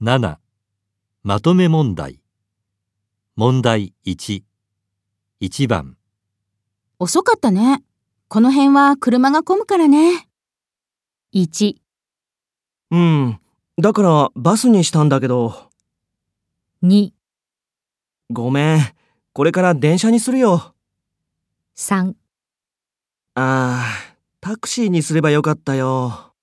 7. まとめ問題。問題1。1番、遅かったね。この辺は車が混むからね。1、うん。だからバスにしたんだけど。 2、ごめん。これから電車にするよ。 3。ああ、タクシーにすればよかったよ。